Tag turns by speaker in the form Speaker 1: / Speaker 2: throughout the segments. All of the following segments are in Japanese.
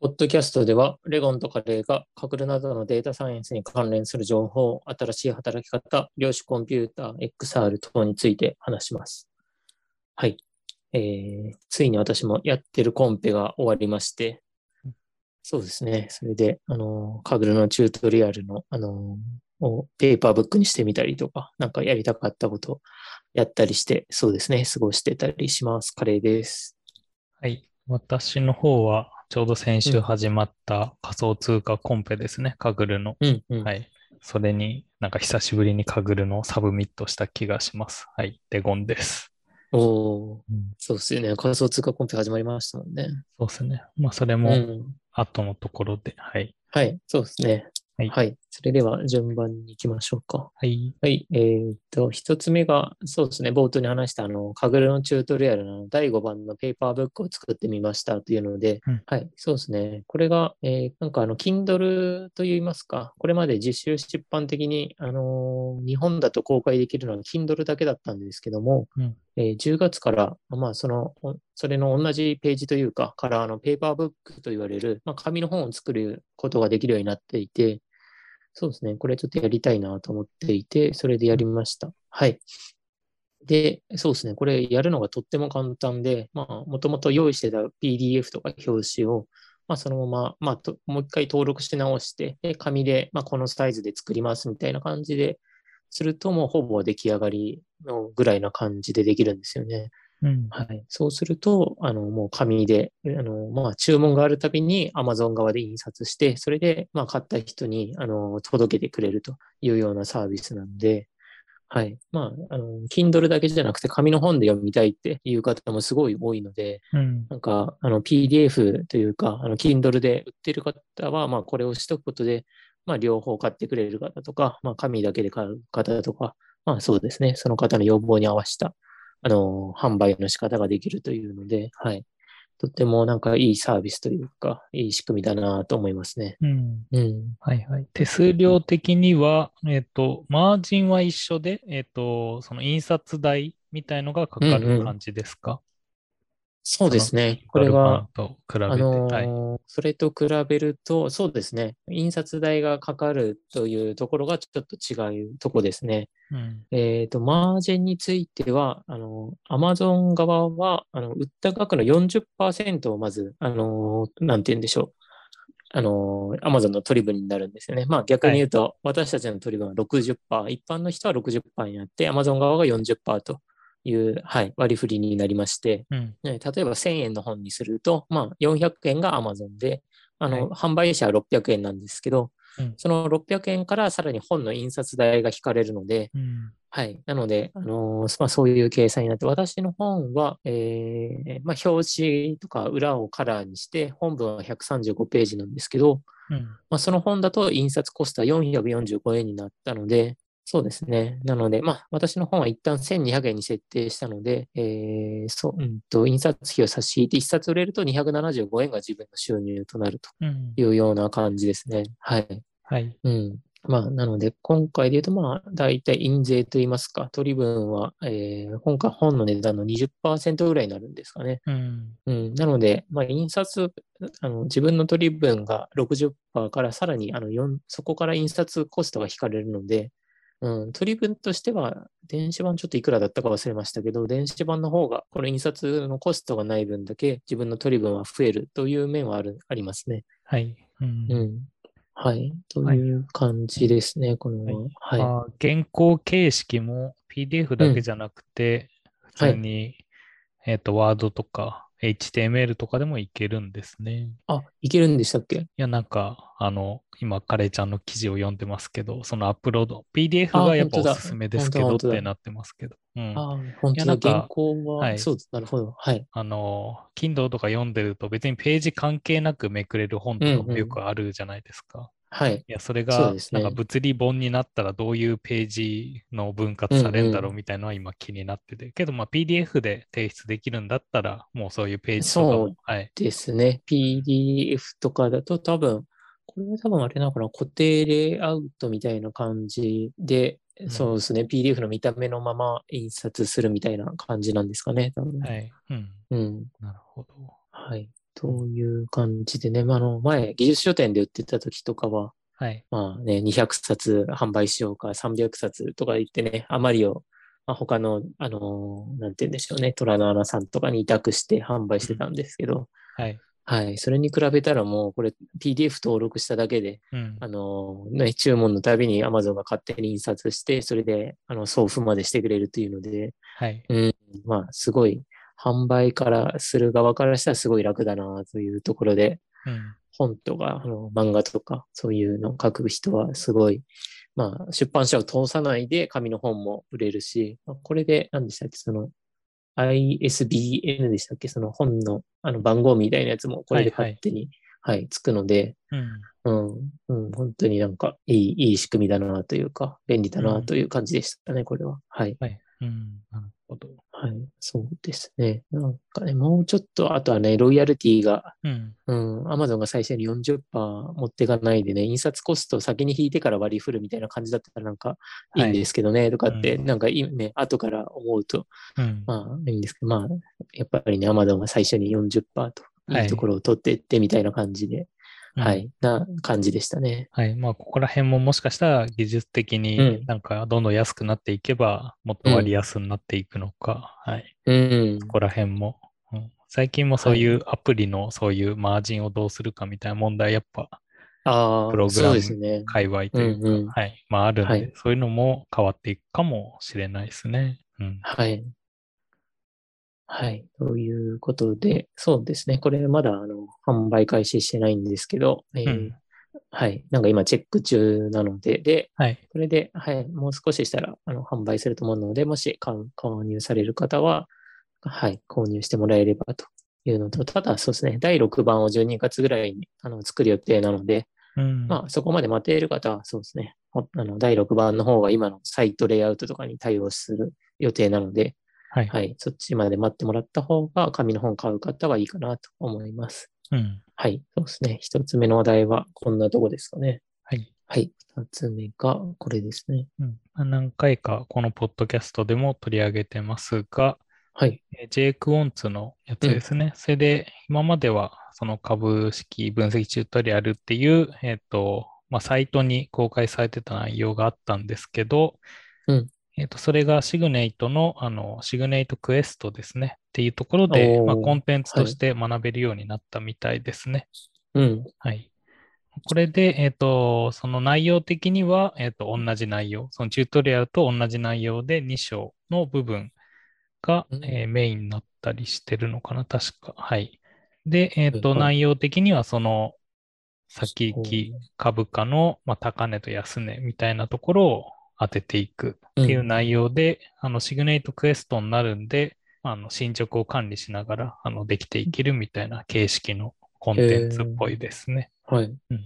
Speaker 1: ポッドキャストでは、レゴンとカレーが隠れなどのデータサイエンスに関連する情報、新しい働き方、量子コンピューター、XR 等について話します。はい。えー、ついに私もやってるコンペが終わりまして、そうですね。それで、あのー、カグルのチュートリアルの、あのーをペーパーブックにしてみたりとか、なんかやりたかったことをやったりして、そうですね。過ごしてたりします。カレーです。
Speaker 2: はい。私の方は、ちょうど先週始まった仮想通貨コンペですね、カグルの。
Speaker 1: うん、うん。
Speaker 2: はい。それになんか久しぶりにカグルのサブミットした気がします。はい。デゴンです。
Speaker 1: おお、
Speaker 2: うん
Speaker 1: そうですよね。仮想通貨コンペ始まりましたもんね。
Speaker 2: そうですね。まあ、それ
Speaker 1: う
Speaker 2: も
Speaker 1: ん。
Speaker 2: 後のところで。はい。
Speaker 1: はい、そうですね。
Speaker 2: はい
Speaker 1: それでは順番に行きましょうか。
Speaker 2: はい。
Speaker 1: はい。えーっと、一つ目が、そうですね。冒頭に話した、あの、カグルのチュートリアルの第5番のペーパーブックを作ってみましたというので、
Speaker 2: うん
Speaker 1: はい。そうですね。これが、えーなんか、あの、Kindle といいますか、これまで自習出版的に、あのー日本だと公開できるのは Kindle だけだったんですけども、
Speaker 2: うん
Speaker 1: えー10月から、まあ、その、おそれの同じページというか、から、あの、ペーパーブックと言われる、まあ、紙の本を作ることができるようになっていて、そうですね、これちょっとやりたいなと思っていて、それでやりました。はい。で、そうですね、これやるのがとっても簡単で、まあ、もともと用意してた PDF とか表紙を、まあ、そのまま、まあと、もう一回登録し直して、で紙で、まあ、このサイズで作りますみたいな感じですると、もうほぼ出来上がりのぐらいな感じでできるんですよね。
Speaker 2: うん。
Speaker 1: はい、そうすると、あのもう紙で、あのまあ、注文があるたびに Amazon 側で印刷して、それで、まあ、買った人にあの届けてくれるというようなサービスなんで、はいまあ、あの Kindle だけじゃなくて紙の本で読みたいっていう方もすごい多いので、
Speaker 2: うん。
Speaker 1: なんかあの PDF というか、あの Kindle で売ってる方は、まあ、これをしとくことで、まあ、両方買ってくれる方とか、まあ、紙だけで買う方とか、まあ、そうですね、その方の要望に合わせた、あのー販売の仕方ができるというので、はい。とってもなんかいいサービスというか、いい仕組みだなと思いますね。
Speaker 2: うん。
Speaker 1: うん。
Speaker 2: はいはい。手数料的には、えっと、マージンは一緒で、えっと、その印刷代みたいのがかか
Speaker 1: うんう
Speaker 2: る
Speaker 1: ん
Speaker 2: 感じですか
Speaker 1: そうですね。これは、
Speaker 2: ガルパンと
Speaker 1: あ
Speaker 2: 比べて。
Speaker 1: の
Speaker 2: はい。
Speaker 1: ーそれと比べると、そうですね。印刷代がかかるというところがちょっと違うとこですね。
Speaker 2: うん。
Speaker 1: えっと、マージンについては、あの、Amazon 側は、あの、売った額の40%をまず、あの、なんて言うんでしょう。あの、Amazon の取り分になるんですよね。まあ逆に言うと、私たちの取り分は60%、一般の人は60%になって、Amazon 側が40%という、はい、割り振りになりまして、
Speaker 2: うん。
Speaker 1: ね例えば1000円の本にすると、まあ、400円が Amazon で、あの、販売者は600円なんですけど、
Speaker 2: うん
Speaker 1: その600円からさらに本の印刷代が引かれるので、
Speaker 2: うん。
Speaker 1: はい。なので、あのーまあ、そういう計算になって、私の本は、えーまあ、表紙とか裏をカラーにして、本文は135ページなんですけど、
Speaker 2: うん。
Speaker 1: まあ、その本だと印刷コストは445円になったので、そうですね。なので、まあ、私の本は一旦1200円に設定したので、えーそう、うんと、印刷費を差し引いて、1冊売れると275円が自分の収入となると
Speaker 2: うん。
Speaker 1: いうような感じですね。はい。
Speaker 2: はい。
Speaker 1: うん。まあ、なので、今回で言うと、まあ、大体印税といいますか、取り分は、えー今回本の値段の20%ぐらいになるんですかね。
Speaker 2: うん。
Speaker 1: うん。なので、まあ、印刷、あの、自分の取り分が60%からさらに、あの、4、そこから印刷コストが引かれるので、うん、取り分としては、電子版ちょっといくらだったか忘れましたけど、電子版の方が、この印刷のコストがない分だけ、自分の取り分は増えるという面はある、ありますね。
Speaker 2: はい。うん
Speaker 1: うん。はい。と
Speaker 2: はい
Speaker 1: いう感じですね、この、はい。
Speaker 2: あー現行形式も PDF だけじゃなくて、普
Speaker 1: はい
Speaker 2: 通に、えっと、Word とか HTML とかでもいけるんですね。
Speaker 1: あ、いけるんでしたっけ
Speaker 2: いや、なんか、あの、今、カレーちゃんの記事を読んでますけど、そのアップロード、PDF
Speaker 1: あ
Speaker 2: がやっ
Speaker 1: 本当
Speaker 2: ぱ
Speaker 1: だ
Speaker 2: おすすめですけど
Speaker 1: 本
Speaker 2: っ
Speaker 1: 当だ本当だ
Speaker 2: てなってますけど、うん。
Speaker 1: あ本当
Speaker 2: いや
Speaker 1: だ、
Speaker 2: なんか
Speaker 1: 原稿は、
Speaker 2: はい
Speaker 1: そうです。なるほど。はい。
Speaker 2: あの、Kindle とか読んでると別にページ関係なくめくれる本とか
Speaker 1: うんう
Speaker 2: も
Speaker 1: ん
Speaker 2: よくあるじゃないですか。
Speaker 1: はい。
Speaker 2: いや、それ
Speaker 1: そう
Speaker 2: が、
Speaker 1: です
Speaker 2: な
Speaker 1: ね
Speaker 2: んか物理本になったらどういうページの分割されるんだろうみたいなのは今気になってて。けど、まあ PDF で提出できるんだったら、もうそういうページとかも
Speaker 1: そう
Speaker 2: はい。
Speaker 1: ですね。PDF とかだと多分、これは多分あれなのかな、固定レイアウトみたいな感じで、
Speaker 2: ん
Speaker 1: そうですね、PDF の見た目のまま印刷するみたいな感じなんですかね、多分。
Speaker 2: はい。うん。
Speaker 1: うん。
Speaker 2: なるほど。
Speaker 1: はい。という感じでね、まあ、あの、前、技術書店で売ってた時とかは、
Speaker 2: はい。
Speaker 1: まあね、200冊販売しようか、300冊とか言ってね、あまりを、まあ、他の、あのーなんて言うんでしょうね、虎の穴さんとかに委託して販売してたんですけど、
Speaker 2: はい。
Speaker 1: はい、それに比べたらもう、これ、PDF 登録しただけで、
Speaker 2: うん。
Speaker 1: あのーね、注文のたびに Amazon が勝手に印刷して、それで、あの、送付までしてくれるというので、
Speaker 2: はい。
Speaker 1: まあ、すごい、販売からする側からしたらすごい楽だなというところで、
Speaker 2: うん。
Speaker 1: 本とかあの漫画とかそういうのを書く人はすごい、まあ、出版社を通さないで紙の本も売れるし、まあこれで何でしたっけ、その ISBN でしたっけ、その本のあの番号みたいなやつもこれで
Speaker 2: はいはい
Speaker 1: 勝手に、はいつくので、
Speaker 2: うん。
Speaker 1: うん、うん、本当になんかいい、いい仕組みだなというか、便利だなという感じでしたね、これは。はい。
Speaker 2: はい。うん。なるほど。
Speaker 1: はい、そうですね。なんかね、もうちょっと、あとはね、ロイヤルティが
Speaker 2: うん。
Speaker 1: うん、Amazon が最初に40%持っていかないでね、印刷コストを先に引いてから割り振るみたいな感じだったらなんかいいんですけどね、とかって、
Speaker 2: うん
Speaker 1: なんかいいね、後から思うと、
Speaker 2: うん。
Speaker 1: まあいいんですけど、まあ、やっぱりね、Amazon が最初に40%と
Speaker 2: はい
Speaker 1: い
Speaker 2: いう
Speaker 1: ところを取っていってみたいな感じで、
Speaker 2: うん
Speaker 1: は。い、な感じでしたね。
Speaker 2: はい。まあ、ここら辺ももしかしたら技術
Speaker 1: う
Speaker 2: 的に
Speaker 1: ん
Speaker 2: なんかどんどん安くなっていけば、もっと割安になっていくのか。はい。
Speaker 1: うん
Speaker 2: こ、こら辺も。うん最近もそういうアプリのそういうマージンをどうするかみたいな問題、やっぱ
Speaker 1: あ
Speaker 2: プロ
Speaker 1: あ、
Speaker 2: グラ
Speaker 1: そう
Speaker 2: ム
Speaker 1: ですね。
Speaker 2: 界隈というか、
Speaker 1: うんうん
Speaker 2: はい。まあ、あるんで、
Speaker 1: はい
Speaker 2: そういうのも変わっていくかもしれないですね。うん。
Speaker 1: はい。はい。ということで、そうですね。これまだあの販売開始してないんですけど、えー
Speaker 2: うん
Speaker 1: はい。なんか今チェック中なので、で、
Speaker 2: はい。
Speaker 1: これで、はい、もう少ししたらあの販売すると思うので、もし買う購入される方は、はい、購入してもらえればというのと、ただそうですね、第6番を12月ぐらいにあの作る予定なので、
Speaker 2: うん。
Speaker 1: まあ、そこまで待っている方は、そうですね。ほあの第6番の方は今のサイトレイアウトとかに対応する予定なので、
Speaker 2: はい
Speaker 1: はい。そっちまで待ってもらった方が、紙の本買う方はいいかなと思います。
Speaker 2: うん。
Speaker 1: はい。そうですね。一つ目の話題はこんなとこですかね。
Speaker 2: はい。
Speaker 1: はい。二つ目がこれですね。
Speaker 2: うんまあ何回かこのポッドキャストでも取り上げてますが、
Speaker 1: はい。
Speaker 2: えージェイク・ウォンツのやつですね。それで、今まではその株式分析チュートリアルっていう、えっ、と、まあ、サイトに公開されてた内容があったんですけど、
Speaker 1: うん
Speaker 2: えっ、と、それがシグネイトの、あの、シグネイトクエストですね。っていうところで、
Speaker 1: おー
Speaker 2: まあ、コンテンツと
Speaker 1: はい
Speaker 2: して学べるようになったみたいですね。
Speaker 1: うん。
Speaker 2: はい。これで、えっ、と、その内容的には、えっ、と、同じ内容、そのチュートリアルと同じ内容で2章の部分が、
Speaker 1: うん
Speaker 2: えーメインになったりしてるのかな、確か。はい。で、えっ、と、
Speaker 1: はいはい
Speaker 2: 内容的には、その、先行き株価の、まあ、高値と安値みたいなところを当てていく
Speaker 1: うん
Speaker 2: っていう内容で、あの、シグネイトクエストになるんで、あの、進捗を管理しながら、あの、できていけるみたいな形式のコンテンツっぽいですね。
Speaker 1: はい。
Speaker 2: うん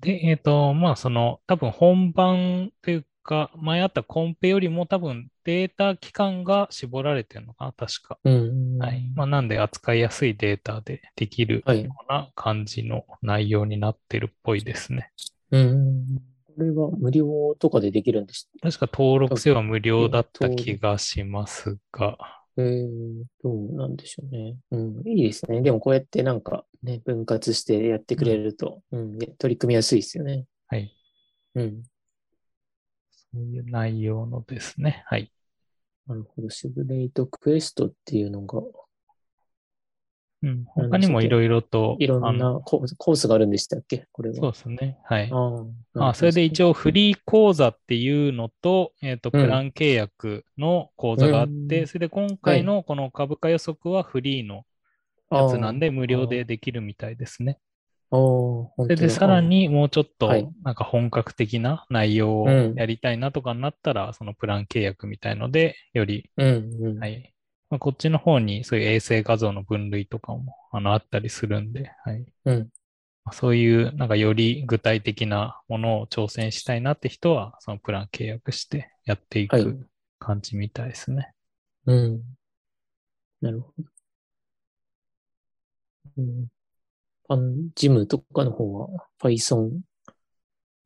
Speaker 2: で、えっ、と、まあ、その、多分本番というか、前あったコンペよりも多分データ期間が絞られてるのかな、確か。
Speaker 1: うん。
Speaker 2: はい。まあ、なんで扱いやすいデータでできる
Speaker 1: はい
Speaker 2: ような感じの内容になってるっぽいですね。
Speaker 1: うん。これは無料とかでできるんです。
Speaker 2: 確か登録すれば無料だった
Speaker 1: そう
Speaker 2: 気がしますが。
Speaker 1: えー、どうなんでしょうね。うん、いいですね。でもこうやってなんかね、分割してやってくれると、うん、ね取り組みやすいですよね。
Speaker 2: はい。
Speaker 1: うん。
Speaker 2: そういう内容のですね。はい。
Speaker 1: なるほど。シグレイトクエストっていうのが、
Speaker 2: うん。他にもいろいろと、
Speaker 1: いろ
Speaker 2: あ
Speaker 1: ん
Speaker 2: の
Speaker 1: なコースコースがあるんでしたっけこれは。
Speaker 2: そうですね。はい。
Speaker 1: あー
Speaker 2: あ、それで一
Speaker 1: 応。
Speaker 2: 応フリー講座っていうのと、えっ、と、
Speaker 1: うん
Speaker 2: プラン契約の講座があって、
Speaker 1: うん
Speaker 2: それで今回のこの株価予測はフリーのやつなんで無料でできるみたいですね。
Speaker 1: あーあー、
Speaker 2: そ
Speaker 1: 本
Speaker 2: れ
Speaker 1: 当
Speaker 2: でさらにもうちょっ
Speaker 1: はい
Speaker 2: となんか本格的な内容を
Speaker 1: うん
Speaker 2: やりたいなとかになったら、そのプラン契約みたいので、より、
Speaker 1: だ。うん、うん。
Speaker 2: はい。まあ、こっちの方にそういう衛星画像の分類とかもあのあったりするんで、はい。
Speaker 1: うん。
Speaker 2: まあそういう、なんかより具体的なものを挑戦したいなって人は、そのプラン契約してやってい
Speaker 1: はい
Speaker 2: く感じみたいですね。
Speaker 1: うん。なるほど。うん。パン、ジムとかの方は Python、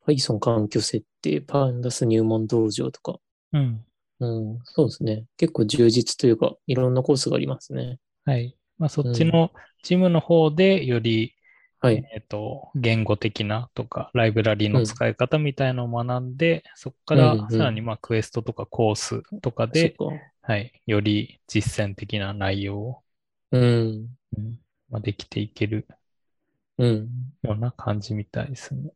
Speaker 1: Python 環境設定、パンダス入門道場とか。
Speaker 2: うん。
Speaker 1: うん、そうですね。結構充実というか、いろんなコースがありますね。
Speaker 2: はい。まあ、そっちのチームの方でより、
Speaker 1: はい。
Speaker 2: えっ、と、言語的なとか、ライブラリの使い方みたいのを学んで、そこか
Speaker 1: うんう
Speaker 2: ら
Speaker 1: ん
Speaker 2: さらにまあクエストとかコースとかで、
Speaker 1: そっか。
Speaker 2: はい、より実践的な内容を、
Speaker 1: うん。
Speaker 2: うんまあ、できていける
Speaker 1: うん。
Speaker 2: ような感じみたいですね。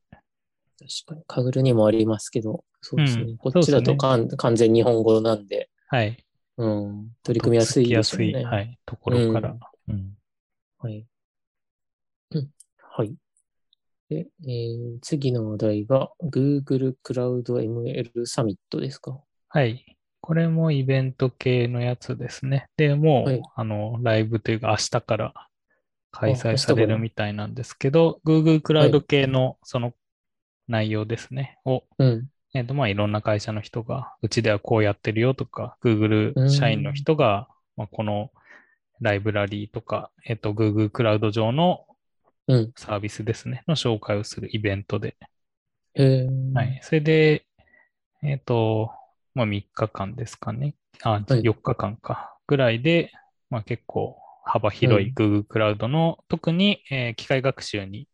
Speaker 1: 確かに、カグルにもありますけど、そうですね。
Speaker 2: うん
Speaker 1: こっちだ
Speaker 2: そうです
Speaker 1: と
Speaker 2: ね
Speaker 1: かん、完全日本語なんで、
Speaker 2: はい。
Speaker 1: うん。取り組みやすい
Speaker 2: と
Speaker 1: で
Speaker 2: っ
Speaker 1: し
Speaker 2: つ
Speaker 1: ょう
Speaker 2: きやす
Speaker 1: ね。
Speaker 2: い、はい、ところから。
Speaker 1: う
Speaker 2: うん
Speaker 1: はい。うんはい。で、えー次の話題が Google クラウド ML サミットですか。
Speaker 2: はい。これもイベント系のやつですね。で、もう、
Speaker 1: はい
Speaker 2: あの、ライブというか明日から開
Speaker 1: あ明
Speaker 2: 催
Speaker 1: 日
Speaker 2: され
Speaker 1: から
Speaker 2: るみたいなんですけど、Google クラウド系のその内容ですね。を、
Speaker 1: うん。
Speaker 2: えっと、まあ、いろんな会社の人が、うちではこうやってるよとか、
Speaker 1: う
Speaker 2: Google
Speaker 1: ん
Speaker 2: 社員の人が、まあ、このライブラリーとか、えっと、Google クラウド上の
Speaker 1: うん。
Speaker 2: サービスですね、の紹介をするイベントで、
Speaker 1: えー、
Speaker 2: はい。。それで、えっ、と、まあ、3日間ですかね。あ、
Speaker 1: はい
Speaker 2: 4日間か。ぐらいで、まあ、結構幅広い Google クラウドの、特に、えー機械学習に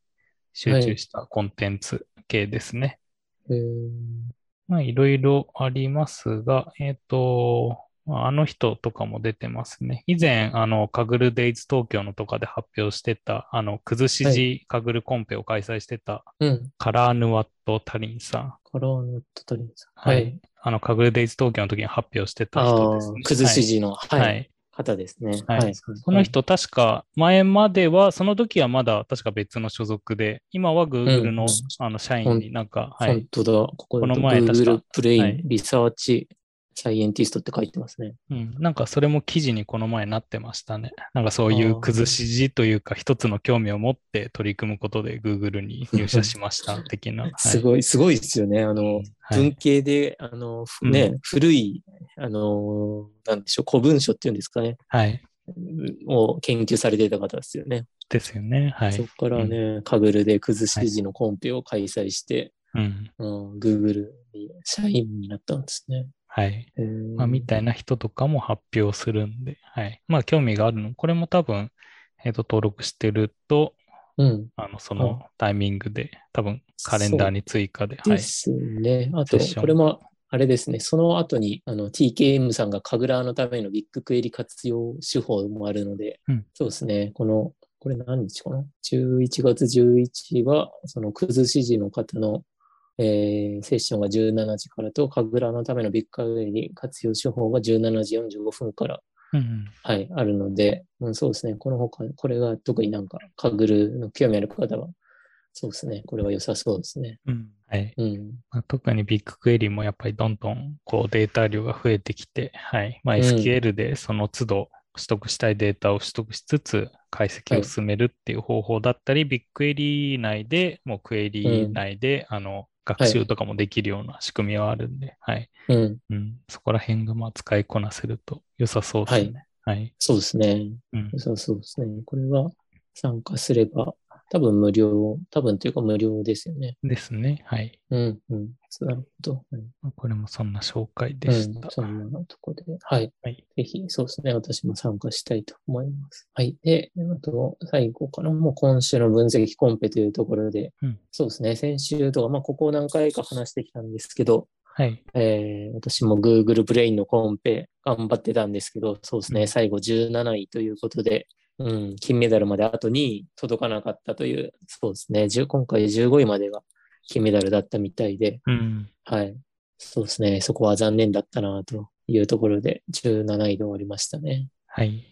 Speaker 2: 集中したコンテンツ系ですね。
Speaker 1: えー、
Speaker 2: まあ、いろいろありますが、えっ、と、まああの人とかも出てますね。以前、あの、カグルデイズ東京のとかで発表してた、あの、くずし
Speaker 1: は
Speaker 2: じカグルコンペを開催してた、
Speaker 1: うん。
Speaker 2: カラーヌワット・タリンさん。
Speaker 1: カラーのトトリンさん。
Speaker 2: はい。。あの、カグルデイズ東京の時に発表してた
Speaker 1: あ
Speaker 2: 人
Speaker 1: あ
Speaker 2: です、ね。
Speaker 1: くずしじの、
Speaker 2: は。
Speaker 1: はいい
Speaker 2: はい。
Speaker 1: 方ですね。
Speaker 2: はい
Speaker 1: はい。
Speaker 2: この人、確か前までは、その時はまだ確か別の所属で、今は Google の,、
Speaker 1: うん
Speaker 2: あの社員になんか、は
Speaker 1: 本
Speaker 2: い。
Speaker 1: 当だ。ここ
Speaker 2: こ
Speaker 1: だ
Speaker 2: の
Speaker 1: と
Speaker 2: 前確か
Speaker 1: Google プレイ
Speaker 2: はい
Speaker 1: ンリサーチサイエンティストって書いてますね。
Speaker 2: うん。なんかそれも記事にこの前なってましたね。なんかそうい
Speaker 1: あー
Speaker 2: う崩し字というか、一つの興味を持って取り組むことで Google に入社しました的な。はい
Speaker 1: すごい、すごいですよね。あの、
Speaker 2: はい
Speaker 1: 文系で、あの、ふ
Speaker 2: うん
Speaker 1: ね、古い、あの、なんでしょう、古文書っていうんですかね、
Speaker 2: はい。
Speaker 1: を研究されてた方ですよね。
Speaker 2: ですよね。は
Speaker 1: そ
Speaker 2: い。
Speaker 1: こからね、カグルでくずし字のコンペを開催して、
Speaker 2: うん。
Speaker 1: うん、Google に社員になったんですね。
Speaker 2: はい。
Speaker 1: へー
Speaker 2: まあ、みたいな人とかも発表するんで、はい。まあ、興味があるの、これも多分、えっ、と、登録してると、
Speaker 1: うん。
Speaker 2: あの、そ
Speaker 1: うん
Speaker 2: のタイミングで、多分、カレンダーに追加で、は
Speaker 1: で
Speaker 2: い。
Speaker 1: すね。あ
Speaker 2: セ
Speaker 1: と
Speaker 2: ッション、
Speaker 1: これも、あれですね、その後にあの TKM さんが神楽のためのビッグクエリ活用手法もあるので、
Speaker 2: うん
Speaker 1: そうですね、この、これ何日かな ?11 月11は、その崩し時の方の、えーセッションが17時からと、神楽のためのビッグクエリ活用手法が17時45分から、
Speaker 2: うん
Speaker 1: はい、あるので、うん、そうですね、この他、これが特になんか、カグルの興味ある方は、そうですね、これは良さそうですね。
Speaker 2: うん。うん。はい。
Speaker 1: うん。
Speaker 2: まあ、特にビッグクエリもやっぱりどんどん、こう、データ量が増えてきて、はい。まあ、
Speaker 1: うん
Speaker 2: SQL でその都度、取得したいデータを取得しつつ、解析を進めるっていう方法だったり、ビッグエリ内で、もうクエリ内で、あの、学習とかもできるような仕組みはあるんで、はい。
Speaker 1: うん。
Speaker 2: うん、そこら辺がまあ使いこなせると良さそうですね。はい。
Speaker 1: そうですね。
Speaker 2: うん
Speaker 1: そうそうですね。これは参加すれば、多分無料、多分というか無料ですよね。
Speaker 2: ですね。はい。
Speaker 1: うん、うん。そうなるほど。うん
Speaker 2: まあこれもそんな紹介でし
Speaker 1: うん
Speaker 2: た。
Speaker 1: そんなとこで。はい。
Speaker 2: はい
Speaker 1: ぜひ、そうですね。私も参加したいと思います。はい。で、あと、最後かな。もう今週の分析コンペというところで、
Speaker 2: うん
Speaker 1: そうですね。先週とか、まあ、ここ何回か話してきたんですけど、
Speaker 2: はい。
Speaker 1: えー私も Google ブレインのコンペ頑張ってたんですけど、そうです
Speaker 2: う
Speaker 1: ね、
Speaker 2: ん
Speaker 1: 最後17位ということで、うん、金メダルまであと2位届かなかったという、そうですね、10今回15位までが金メダルだったみたいで、
Speaker 2: うん。
Speaker 1: はい、そうですね、そこは残念だったなというところで、17位で終わりましたね。
Speaker 2: はい。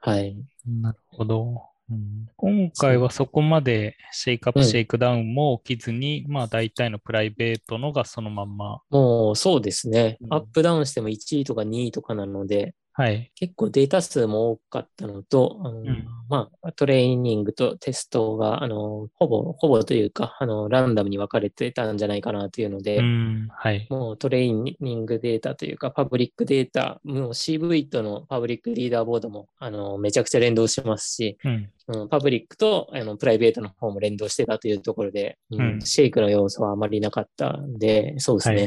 Speaker 1: はい。
Speaker 2: なるほど。うん、今回はそこまでシェイクアッ
Speaker 1: う
Speaker 2: プ、
Speaker 1: ん
Speaker 2: シェイクダウンも起きずに、まあ大体のプライベートのがそのまんま。
Speaker 1: もうそうですね、
Speaker 2: うん
Speaker 1: アップダウンしても1位とか2位とかなので、
Speaker 2: はい。
Speaker 1: 結構データ数も多かったのと、あの
Speaker 2: ん
Speaker 1: まあ、トレーニングとテストが、あの、ほぼ、ほぼというか、あの、ランダムに分かれてたんじゃないかなというので、
Speaker 2: うん。はい。
Speaker 1: もうトレーニングデータというか、パブリックデータ、もう CV とのパブリックリーダーボードも、あの、めちゃくちゃ連動しますし、
Speaker 2: うん。
Speaker 1: うん、パブリックとあのプライベートの方も連動してたというところで、うん
Speaker 2: うん
Speaker 1: シェイクの要素はあまりなかったんで、そうですね。
Speaker 2: はい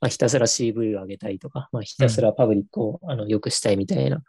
Speaker 1: まあ、ひたすら CV を上げたいとか、まあ、ひたすらパブリックを、あの良くしたいみたいな、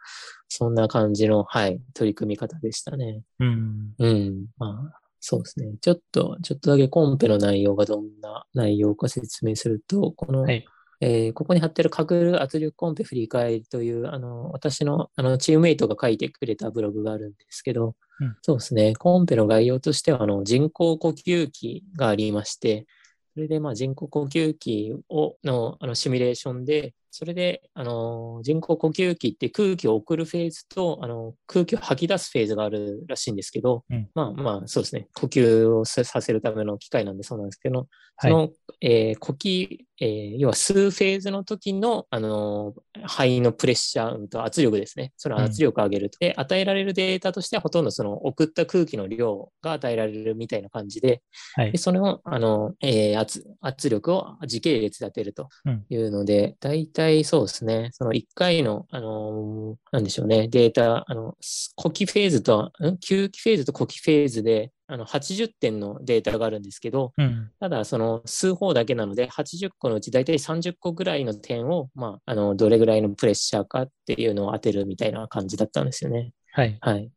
Speaker 1: そんな感じの、はい、取り組み方でしたね。
Speaker 2: うん。
Speaker 1: うん。まあ、そうですね。ちょっと、ちょっとだけコンペの内容がどんな内容か説明すると、この、
Speaker 2: はい
Speaker 1: えーここに貼ってるかぐる圧力コンペ振り返りという、あの、私の、あの、チームメイトが書いてくれたブログがあるんですけど、
Speaker 2: うん
Speaker 1: そうですね。コンペの概要としては、あの、人工呼吸器がありまして、それで、まあ、人工呼吸器をのあのシミュレーションで、それで、あの人工呼吸器って空気を送るフェーズと、あの空気を吐き出すフェーズがあるらしいんですけど、
Speaker 2: うん
Speaker 1: まあまあ、そうですね、呼吸をささせるための機械なんでそうなんですけど、
Speaker 2: は
Speaker 1: そ
Speaker 2: い
Speaker 1: の、えー呼吸、えー要は吸うフェーズの時の、あのー肺のプレッシャーうんと圧力ですね。その圧力を上げると。で、与えられるデータとしてはほとんどその送った空気の量が与えられるみたいな感じで、
Speaker 2: はい
Speaker 1: で。その、あの、えー圧圧力を時系列で当てると
Speaker 2: うん
Speaker 1: いうので、大体そうですね、その1回の、あのーなんでしょうね、データ、あの、す呼気フェーズと、ん吸気フェーズと呼気フェーズで、あの、80点のデータがあるんですけど、
Speaker 2: うん。
Speaker 1: ただ、その数方だけなので、80個のうち大体30個ぐらいの点を、まあ、あの、どれぐらいのプレッシャーかっていうのを当てるみたいな感じだったんですよね。
Speaker 2: はい。
Speaker 1: はい。
Speaker 2: うん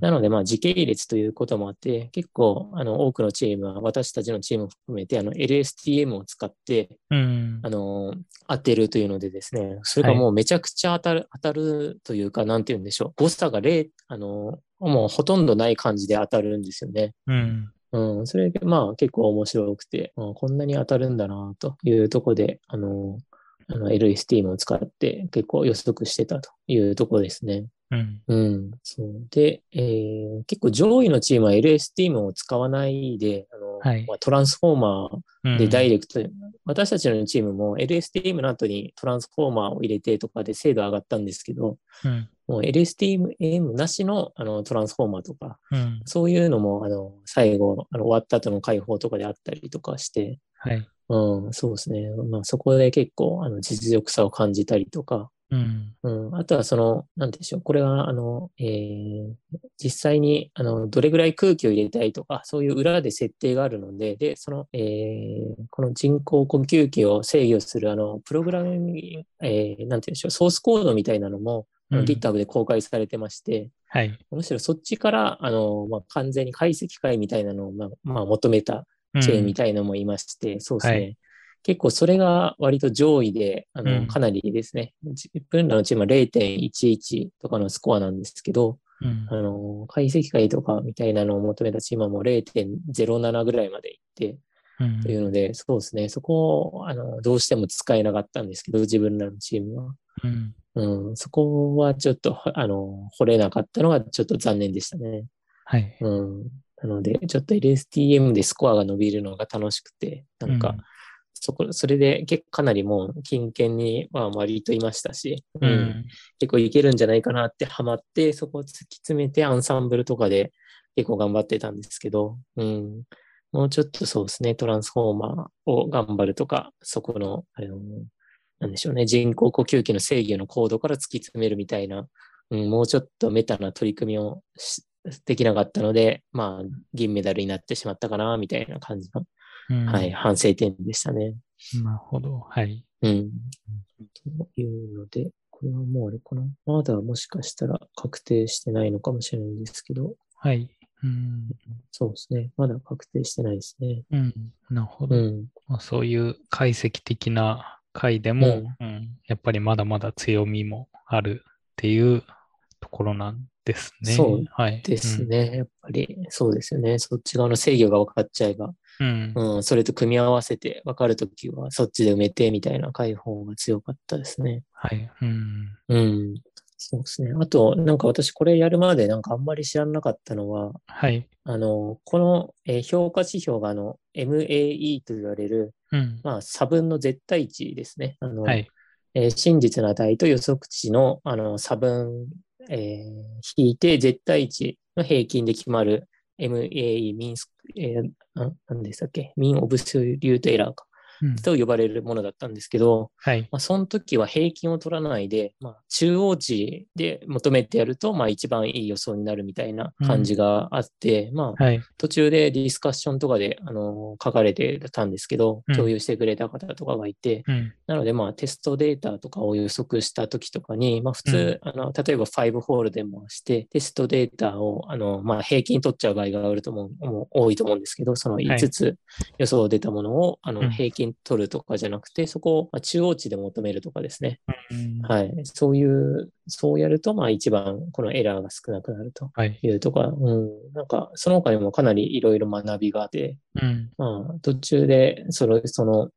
Speaker 1: なので、まあ、時系列ということもあって、結構、あの、多くのチームは、私たちのチームを含めて、あの、LSTM を使って、
Speaker 2: うん
Speaker 1: あ。の、当てるというのでですね、それが
Speaker 2: はい
Speaker 1: もうめちゃくちゃ当たる、当たるというか、なんて言うんでしょう。誤差が0、あの、もうほとんどない感じで当たるんですよね。
Speaker 2: うん。
Speaker 1: うん、それでまあ結構面白くて、うんこんなに当たるんだなというところで、あの、あの LSTM を使って結構予測してたというところですね。
Speaker 2: うん。
Speaker 1: うん、そう。で、えー結構上位のチームは LSTM を使わないで、あの
Speaker 2: はい
Speaker 1: まあ、トランスフォーマ
Speaker 2: うん
Speaker 1: ーでダイレクトに、私たちのチームも LSTM の後にトランスフォーマーを入れてとかで精度上がったんですけど、
Speaker 2: うん。
Speaker 1: もう LSTM なしのあのトランスフォーマーとか、
Speaker 2: うん。
Speaker 1: そういうのも、あの、最後、あの終わった後の解放とかであったりとかして、
Speaker 2: はい。
Speaker 1: うん、そうですね。まあ、そこで結構、あの、実力差を感じたりとか、
Speaker 2: うん。
Speaker 1: うん、あとはその、なんていうんでしょう。これは、あの、えー実際に、あの、どれぐらい空気を入れたいとか、そういう裏で設定があるので、で、その、えーこの人工呼吸器を制御する、あの、プログラミング、えーなんていうんでしょう。ソースコードみたいなのも、あの
Speaker 2: うん
Speaker 1: GitHub で公開されてまして、
Speaker 2: はい。
Speaker 1: むしろそっちから、あの、まあ、完全に解析会みたいなのを、まあ、まあ、求めたチェーンみたいのもいまして、そうですね。
Speaker 2: はい
Speaker 1: 結構それが割と上位で、あの、
Speaker 2: うん
Speaker 1: かなりですね、自分らのチームは0.11とかのスコアなんですけど、
Speaker 2: うん
Speaker 1: あ。の、解析会とかみたいなのを求めたチームはもう0.07ぐらいまで行って、
Speaker 2: うん
Speaker 1: というので、そうですね、そこを、あの、どうしても使えなかったんですけど、自分らのチームは。
Speaker 2: うん。
Speaker 1: うん、そこはちょっと、あの、掘れなかったのがちょっと残念でしたね。
Speaker 2: はい。
Speaker 1: うん。なので、ちょっと LSTM でスコアが伸びるのが楽しくて、なん
Speaker 2: う
Speaker 1: か、そこ、それで結構かなりもう近県には割といましたし、
Speaker 2: う
Speaker 1: うん
Speaker 2: ん。
Speaker 1: 結構いけるんじゃないかなってハマって、そこを突き詰めてアンサンブルとかで結構頑張ってたんですけど、うん。もうちょっとそうですね、トランスフォーマーを頑張るとか、そこの、あの、なんでしょうね、人工呼吸器の制御のコードから突き詰めるみたいな、うん、もうちょっとメタな取り組みをしできなかったので、まあ、銀メダルになってしまったかな、みたいな感じの、
Speaker 2: うん
Speaker 1: はい、。反省点でしたね。
Speaker 2: なるほど。はい。
Speaker 1: うん。というので、これはもうあれかな。まだもしかしたら確定してないのかもしれないんですけど、
Speaker 2: はい。うん。
Speaker 1: そうですね。まだ確定してないですね。
Speaker 2: うん。なるほ
Speaker 1: う
Speaker 2: ど。
Speaker 1: ん。
Speaker 2: まあ、そういう解析的な回でも、うんやっぱりまだまだ強みもあるっていうところなんですね。
Speaker 1: そう
Speaker 2: はい、
Speaker 1: ですね。やっぱり、そうですよね。そっち側の制御が分かっちゃえば、
Speaker 2: うん。うん。
Speaker 1: うん、それと組み合わせて分かるときは、そっちで埋めてみたいな解放が強かったですね。
Speaker 2: はい。うん。
Speaker 1: うん。そうですね。あと、なんか私これやるまでなんかあんまり知らなかったのは、
Speaker 2: はい。
Speaker 1: あの、このえー評価指標があの、MAE と言われる、
Speaker 2: うん。
Speaker 1: まあ、差分の絶対値ですね。あの
Speaker 2: はい。
Speaker 1: えー真実の値と予測値のあの差分、えー引いて絶対値の平均で決まる MAE、ミンス、えー、あ何でしたっけミンオブスリュートエラーか。
Speaker 2: うん
Speaker 1: と呼ばれるものだったんですけど、
Speaker 2: はい。
Speaker 1: まあ、その時は平均を取らないで、まあ、中央値で求めてやると、まあ、一番いい予想になるみたいな感じがあって、まあ、
Speaker 2: はい。
Speaker 1: 途中でディスカッションとかで、あの書かれてたんですけど
Speaker 2: うん、
Speaker 1: 共有してくれた方とかがいて、
Speaker 2: うん。
Speaker 1: なので、まあ、テストデータとかを予測した時とかに、まあ、普通、あの例えば5ホールでもして、テストデータをあの、まあ、平均取っちゃう場合があると思うもう多いと思うんですけど、その
Speaker 2: い
Speaker 1: 5つ予想出たものをあ
Speaker 2: うん
Speaker 1: の平均取るとかじゃなくて、そこをまあ中央値で求めるとかですね。
Speaker 2: うん
Speaker 1: はい。そういう、そうやると、まあ、一番このエラーが少なくなると。
Speaker 2: はい。
Speaker 1: いうとか、うん、なんか、その他にもかなりいろいろ学びがあって、
Speaker 2: うん。
Speaker 1: まあ、途中でその、その、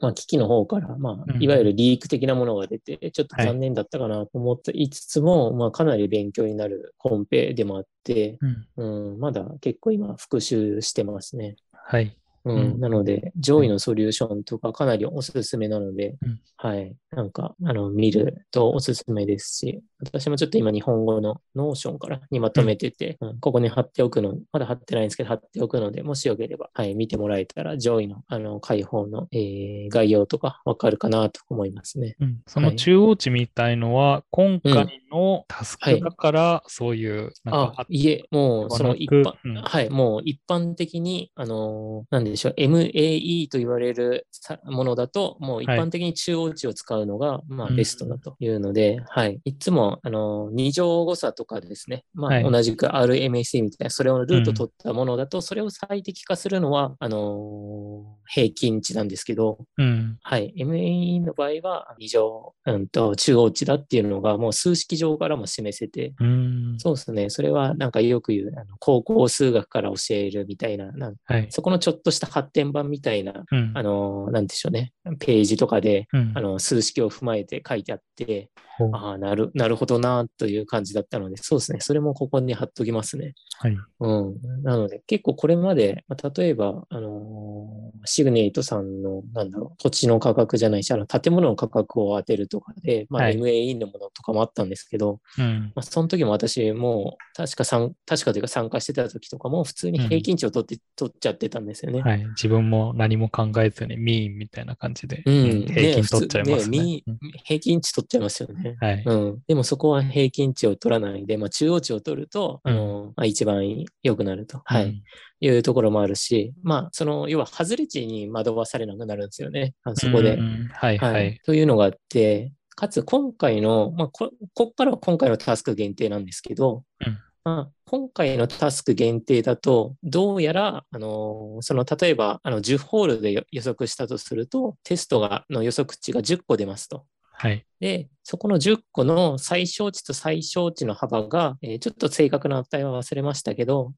Speaker 1: まあ、機器の方から、まあ
Speaker 2: う、ん
Speaker 1: いわゆるリーク的なものが出て、ちょっと
Speaker 2: はい
Speaker 1: 残念だったかなと思っていつつも、まあ、かなり勉強になるコンペでもあって、
Speaker 2: うん。
Speaker 1: うん、まだ結構今、復習してますね。
Speaker 2: はい。
Speaker 1: うん、
Speaker 2: うん
Speaker 1: なので、上位のソリューションとかかなりおすすめなので、
Speaker 2: うん
Speaker 1: はい。なんか、あの、見るとおすすめですし、私もちょっと今日本語のノーションからにまとめてて、うんここに貼っておくの、まだ貼ってないんですけど、貼っておくので、もしよければ、はい、見てもらえたら、上位の、あの、解放の、えー概要とかわかるかなと思いますね。
Speaker 2: うんその中央値みたいのは、今回のタスクだから、そういう、なん
Speaker 1: あ
Speaker 2: か、、
Speaker 1: いえ、もう、その一般、
Speaker 2: うん
Speaker 1: はい、もう一般的に、あのーなんでしょう、MAE と言われるさものだと、もう一
Speaker 2: はい
Speaker 1: 般的に中央値を使うのが、まあ、
Speaker 2: うん
Speaker 1: ベストだというので、はい、いつも、あのー二乗誤差とかですね、まあ、
Speaker 2: はい
Speaker 1: 同じく RMSE みたいな、それをルー
Speaker 2: う
Speaker 1: ト
Speaker 2: ん
Speaker 1: 取ったものだと、それを最適化するのは、あのー平均値なんですけど、
Speaker 2: うん。
Speaker 1: はい、MAE の場合は、二乗、うんと、中央値だっていうのが、もう数式上からも示せて、
Speaker 2: うん。
Speaker 1: そうですね。それはなんかよく言う、あの高校数学から教えるみたいな、なん
Speaker 2: はい。
Speaker 1: そこのちょっとした発展版みたいな、
Speaker 2: うん
Speaker 1: あ。の、なんでしょうね。ページとかで、
Speaker 2: うん
Speaker 1: あの、数式を踏まえて書いてあって、
Speaker 2: ほう
Speaker 1: ああ、なる、なるほどな、という感じだったので、そうですね。それもここに貼っときますね。
Speaker 2: はい。
Speaker 1: うん。なので、結構これまで、まあ例えば、あのーシグネイトさんの、なんだろう、土地の価格じゃないし、あの、建物の価格を当てるとかで、まあ、
Speaker 2: はい
Speaker 1: MAE のものとかもあったんですけど、
Speaker 2: うん。
Speaker 1: まあ、その時も私もう確かさん確かというか参加してた時とかも普通に平均値を取って、取っちゃってたんですよね。
Speaker 2: はい。自分も何も考えずに、ミーンみたいな感じで、
Speaker 1: うん、
Speaker 2: 平均取っちゃいますね。
Speaker 1: ね普通ねみ平均値取っちゃいますよね。
Speaker 2: うんはい。
Speaker 1: うん、でもそこは平均値を取らないで、まあ、中央値を取ると、あのまあ、一番良くなると、はいいうところもあるし、まあ、その要は外れ値に惑わされなくなるんですよね、あのそこで。
Speaker 2: うんうんはいは
Speaker 1: はいい。、というのがあって、かつ今回の、まあ、ここっからは今回のタスク限定なんですけど、
Speaker 2: うん
Speaker 1: まあ、今回のタスク限定だと、どうやら、あのーその例えばあの10ホールで予予測したとすると、テストがの予測値が10個出ますと。
Speaker 2: はい。
Speaker 1: で、そこの10個の最小値と最小値の幅が、えーちょっと正確な値は忘れましたけど、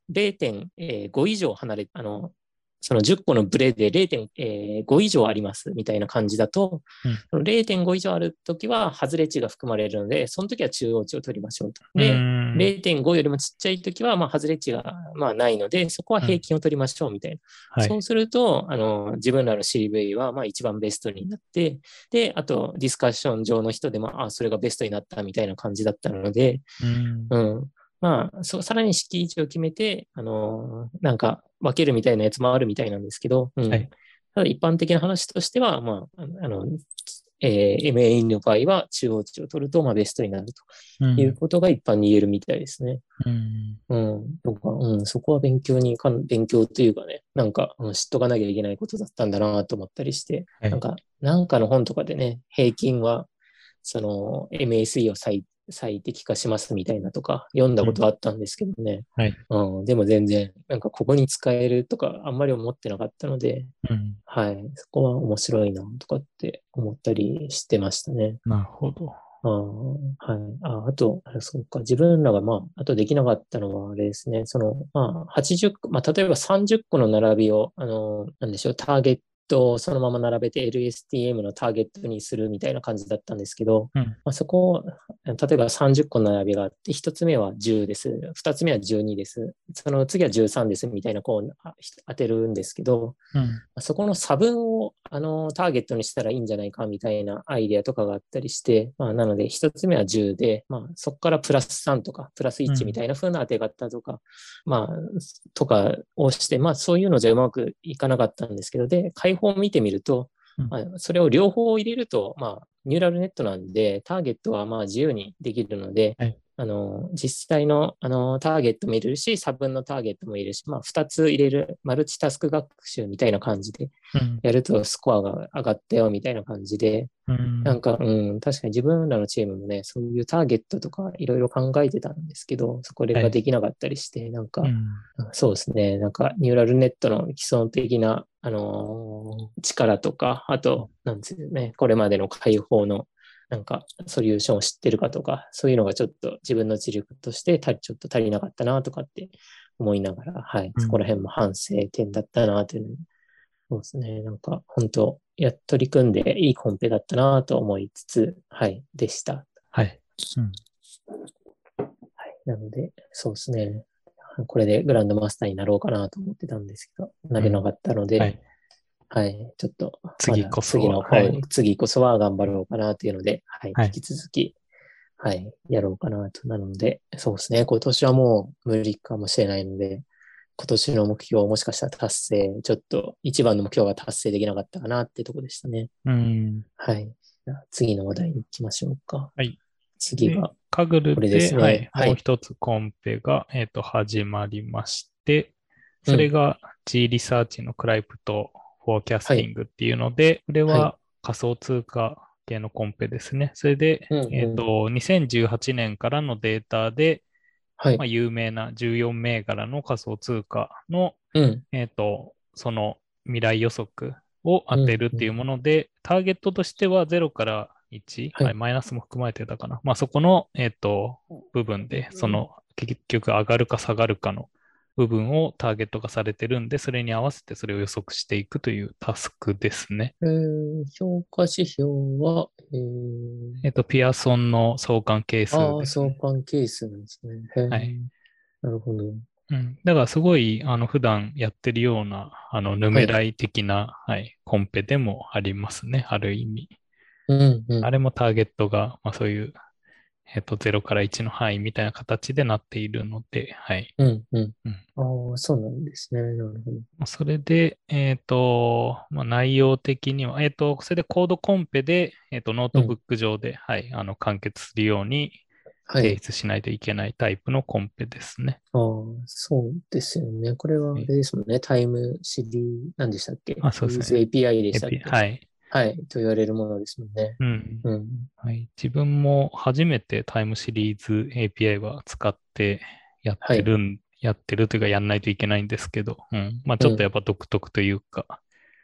Speaker 1: 0.5以上離れ、あの、その10個のブレで0.5以上ありますみたいな感じだと、
Speaker 2: うん
Speaker 1: その0.5以上あるときは、外れ値が含まれるので、その時は中央値を取りましょうと。で、
Speaker 2: うん
Speaker 1: 0.5よりもちっちゃいときは、まあ、外れ値が、まあ、ないので、そこは平均を取りましょうみたいな。
Speaker 2: はい
Speaker 1: そうすると、あの、自分らの CV は、まあ、一番ベストになって、で、あと、ディスカッション上の人でも、あ、それがベストになったみたいな感じだったので、
Speaker 2: うん
Speaker 1: うん。まあ、そうさらに式位置を決めて、あの、なんか、分けるみたいなやつもあるみたいなんですけど、うん
Speaker 2: はい
Speaker 1: ただ一般的な話としては、まあ、あの、えー MAE の場合は中央値を取ると、まあ、ベストになると
Speaker 2: うん
Speaker 1: いうことが一般に言えるみたいですね。
Speaker 2: うん
Speaker 1: うん、とか、うん、そこは勉強にかん、勉強というかね、なんか、うん、知っとかなきゃいけないことだったんだなと思ったりして、
Speaker 2: はい
Speaker 1: なんか、なんかの本とかでね、平均は、その、MSE を最、最適化しますみたいなとか、読んだことはあったんですけどね、
Speaker 2: はい
Speaker 1: うん、でも全然、なんか、ここに使えるとか、あんまり思ってなかったので、
Speaker 2: うん
Speaker 1: はい、そこは面白いなとかって思ったりしてましたね。
Speaker 2: なるほど。
Speaker 1: ああ、はい。あ、あと、あそうか。自分らが、まあ、あとできなかったのは、あれですね。その、まあ、80個、まあ、例えば30個の並びを、あの、なんでしょう、ターゲットをそのまま並べて LSTM のターゲットにするみたいな感じだったんですけど、
Speaker 2: うん
Speaker 1: まあ、そこを、例えば30個の並びがあって、1つ目は10です。2つ目は12です。その次は13です、みたいな、こう、あひ当てるんですけど、
Speaker 2: うん
Speaker 1: そこの差分をあのターゲットにしたらいいんじゃないかみたいなアイデアとかがあったりして、まあ、なので一つ目は10で、まあ、そこからプラス3とかプラス
Speaker 2: う
Speaker 1: 1
Speaker 2: ん
Speaker 1: みたいな風な当て方とか、まあ、とかをして、まあ、そういうのじゃうまくいかなかったんですけど、で、解放を見てみると、
Speaker 2: うん
Speaker 1: まあ、それを両方入れると、まあ、ニューラルネットなんで、ターゲットはまあ自由にできるので、
Speaker 2: はい
Speaker 1: あの実際のあのターゲットも入れるし、差分のターゲットも入れるし、まあ、2つ入れるマルチタスク学習みたいな感じで
Speaker 2: うん
Speaker 1: やるとスコアが上がったよみたいな感じで、
Speaker 2: うん
Speaker 1: なんか、うん、確かに自分らのチームもね、そういうターゲットとかいろいろ考えてたんですけど、そこ
Speaker 2: は
Speaker 1: が
Speaker 2: い
Speaker 1: できなかったりして、なんか
Speaker 2: う、ん
Speaker 1: そうですね。なんか、ニューラルネットの基礎的な、あのー力とか、あと、なんですよね、これまでの解放の、なんか、ソリューションを知ってるかとか、そういうのがちょっと自分の知力として足り、ちょっと足りなかったなとかって思いながら、はい、
Speaker 2: うん
Speaker 1: そこら辺も反省点だったなというのにそうですね。なんか、本当やっ取り組んでいいコンペだったなと思いつつ、はい、でした。
Speaker 2: はい。
Speaker 1: はい。なので、そうですね。これでグランドマスターになろうかなと思ってたんですけど、なれなかったので、
Speaker 2: は
Speaker 1: はいい、。ちょっと、まだ
Speaker 2: 次こそは
Speaker 1: 次の、
Speaker 2: はい
Speaker 1: はい次こそは頑張ろうかなというので、はい、
Speaker 2: はい
Speaker 1: 引き続き、はい、やろうかなと。なので、そうですね。今年はもう無理かもしれないので、今年の目標、もしかしたら達成、ちょっと一番の目標が達成できなかったかなってとこでしたね。
Speaker 2: うん。
Speaker 1: はい。じゃあ次の話題に行きましょうか。
Speaker 2: はい。
Speaker 1: 次が、
Speaker 2: カグル
Speaker 1: こ
Speaker 2: で
Speaker 1: れですね
Speaker 2: はい、
Speaker 1: はい
Speaker 2: もう一つコンペが、えっと始まりまして、それが G リサーチのクライプとフォーキャスティングっていうので、これは
Speaker 1: は
Speaker 2: 仮想通貨系のコンペですね。それで、
Speaker 1: うんうん
Speaker 2: えっ、と、2018年からのデータで、
Speaker 1: はい
Speaker 2: まあ、。有名な14銘柄の仮想通貨の
Speaker 1: うん。
Speaker 2: えっ、と、その未来予測を当てるっていうもので、ターゲットとしては0から1、
Speaker 1: はい
Speaker 2: はいマイナスも含まれてたかな。まあそこの、えっ、と、部分で、その結局上がるか下がるかの部分をターゲットがされてるんで、それに合わせてそれを予測していくというタスクですね。
Speaker 1: えー評価指標は、えー
Speaker 2: えっ、と、ピアソンの相関係数
Speaker 1: ああ、
Speaker 2: です、
Speaker 1: 相
Speaker 2: ね。
Speaker 1: 関係数なんですね。へー
Speaker 2: はい
Speaker 1: なるほど。
Speaker 2: うん、だからすごい、あの、普段やってるような、あの、ヌメライ的な、はい、コンペでもありますね、ある意味。
Speaker 1: うんうん。
Speaker 2: あれもターゲットが、まあ、そういう、えっと0から1の範囲みたいな形でなっているので、はい。
Speaker 1: うんうん
Speaker 2: うん。
Speaker 1: ああ、そうなんですね。なるほど。
Speaker 2: まあそれで、えっ、と、まあ、内容的には、えっ、と、それでコードコンペで、えっ、と、ノートブック上で、はい、あの、完結するように
Speaker 1: は
Speaker 2: 提
Speaker 1: い。
Speaker 2: 出しないといけないタイプのコンペですね。
Speaker 1: ああ、そうですよね。これはあれですもんね。タイム CD、何でしたっけ
Speaker 2: あそうですね
Speaker 1: Use API でしたっけ
Speaker 2: API はい。
Speaker 1: はい。と言われるものですもんね。
Speaker 2: うん。
Speaker 1: うん。
Speaker 2: はい、自分も初めてタイムシリーズ API は使ってやってるん、やってるというかやんないといけないんですけど、うんまあ、ちょっとやっぱ独特というか、